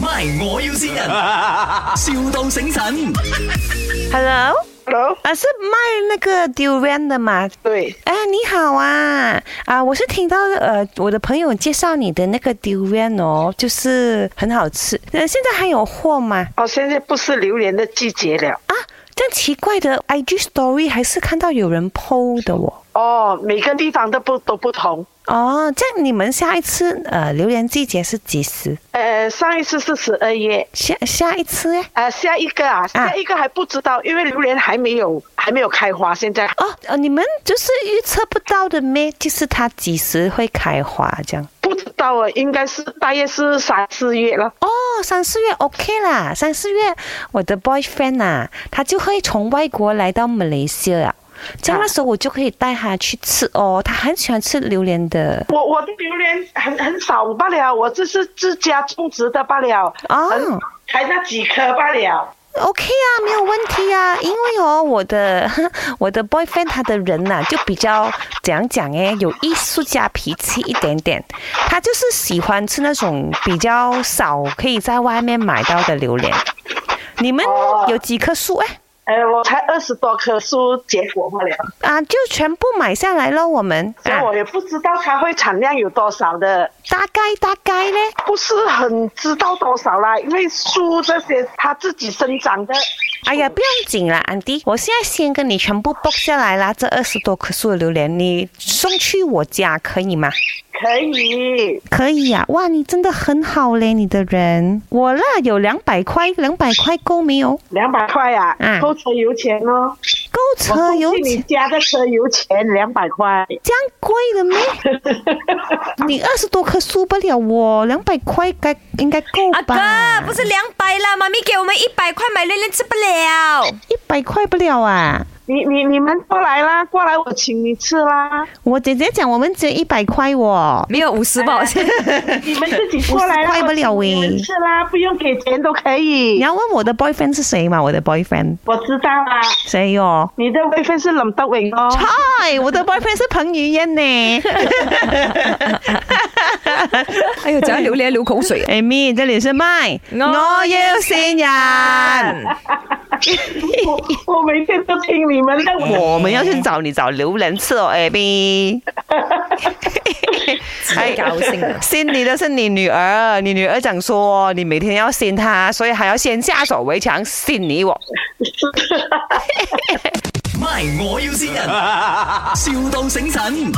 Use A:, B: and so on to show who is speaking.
A: ，My 我要先人，,笑到醒神。
B: Hello，
C: Hello，
B: 啊是卖那个 durian 的嘛？
C: 对，
B: 啊，你好啊，啊，我是听到呃我的朋友介绍你的那个 durian 哦，就是很好吃。呃，现在还有货吗？
C: 哦，现在不是榴莲的季节了，
B: 啊，这样奇怪的 IG story 还是看到有人 PO 的哦。
C: 哦，每个地方都不都不同。
B: 哦，这样你们下一次呃榴莲季节是几时？
C: 呃，上一次是十二月，
B: 下下一次哎？
C: 呃，下一个啊，下一个还不知道，因为榴莲还没有还没有开花，现在
B: 哦，呃，你们就是预测不到的咩？就是它几时会开花这样？
C: 不知道啊，应该是大约是三四月了。
B: 哦，三四月 OK 啦，三四月我的 boyfriend 啊，他就会从外国来到马来西亚了，这样那时候我就可以带他去吃哦，他很喜欢吃榴莲的。
C: 我我的榴莲很很少罢了，我这是自家种植的罢了，
B: 哦
C: 很才那几颗罢了。
B: OK 啊，没有问题啊，因为哦，我的 我的 boyfriend 他的人呐、就比较怎样讲诶，有艺术家脾气一点点，他就是喜欢吃那种比较少可以在外面买到的榴莲。你们
C: 哦
B: 有几棵树诶？
C: 呃，我才二十多棵树结果罢了，
B: 啊，就全部买下来咯，我们
C: 所以
B: 啊，
C: 我也不知道它会产量有多少的。
B: 大概大概呢，
C: 不是很知道多少啦，因为树这些它自己生长的，
B: 哎呀，不用紧啦，安迪，我现在先跟你全部 book 下来啦，这二十多棵树的榴莲，你送去我家可以吗？
C: 可以。
B: 可以呀、哇，你真的很好嘞，你的人，我啦有两百块，两百块够没有？
C: 两百块啊
B: 嗯，
C: 够车油钱哦。
B: 够
C: 我
B: 车
C: 送
B: 油
C: 去你
B: 钱，
C: 家的车油钱两百块，
B: 这样贵的咩？你二十多棵树不了我，两百块该应该够
D: 阿
B: 吧？
D: 啊哥，不是两百啦，妈咪给我们一百块买榴莲吃不了。
B: 一百块不了啊。
C: 你你你们过来啦，过来我请你吃 啦，
B: 我姐姐讲，我们只有一百块哦。
D: 没有五十吧，我现在
C: 你们自己过来啦，
B: 五十块不了欸
C: 我请你们
B: 喂
C: 吃啦，不用给钱都可
B: 你
C: 以。
B: 要问我的 boyfriend 是谁嘛？我的 boyfriend
C: 我知道啦，
B: 谁哟、哦？
C: 你的微分是冷德伟哦。
B: 嗨，我的 boyfriend 是彭于晏呢。
D: 哎 呦，讲到榴莲流口水。啊
B: Amy，这里是麦，
D: 我
B: 我要新人。
C: 我我每天都听你们的，我
B: 我们要去找你找榴莲吃哦，Amy。。
D: 太高兴了
B: 信你的是你女儿，你女儿讲说你每天要信她，所以还要先下手为强，信你我。
A: My 我要先人，,笑到醒神。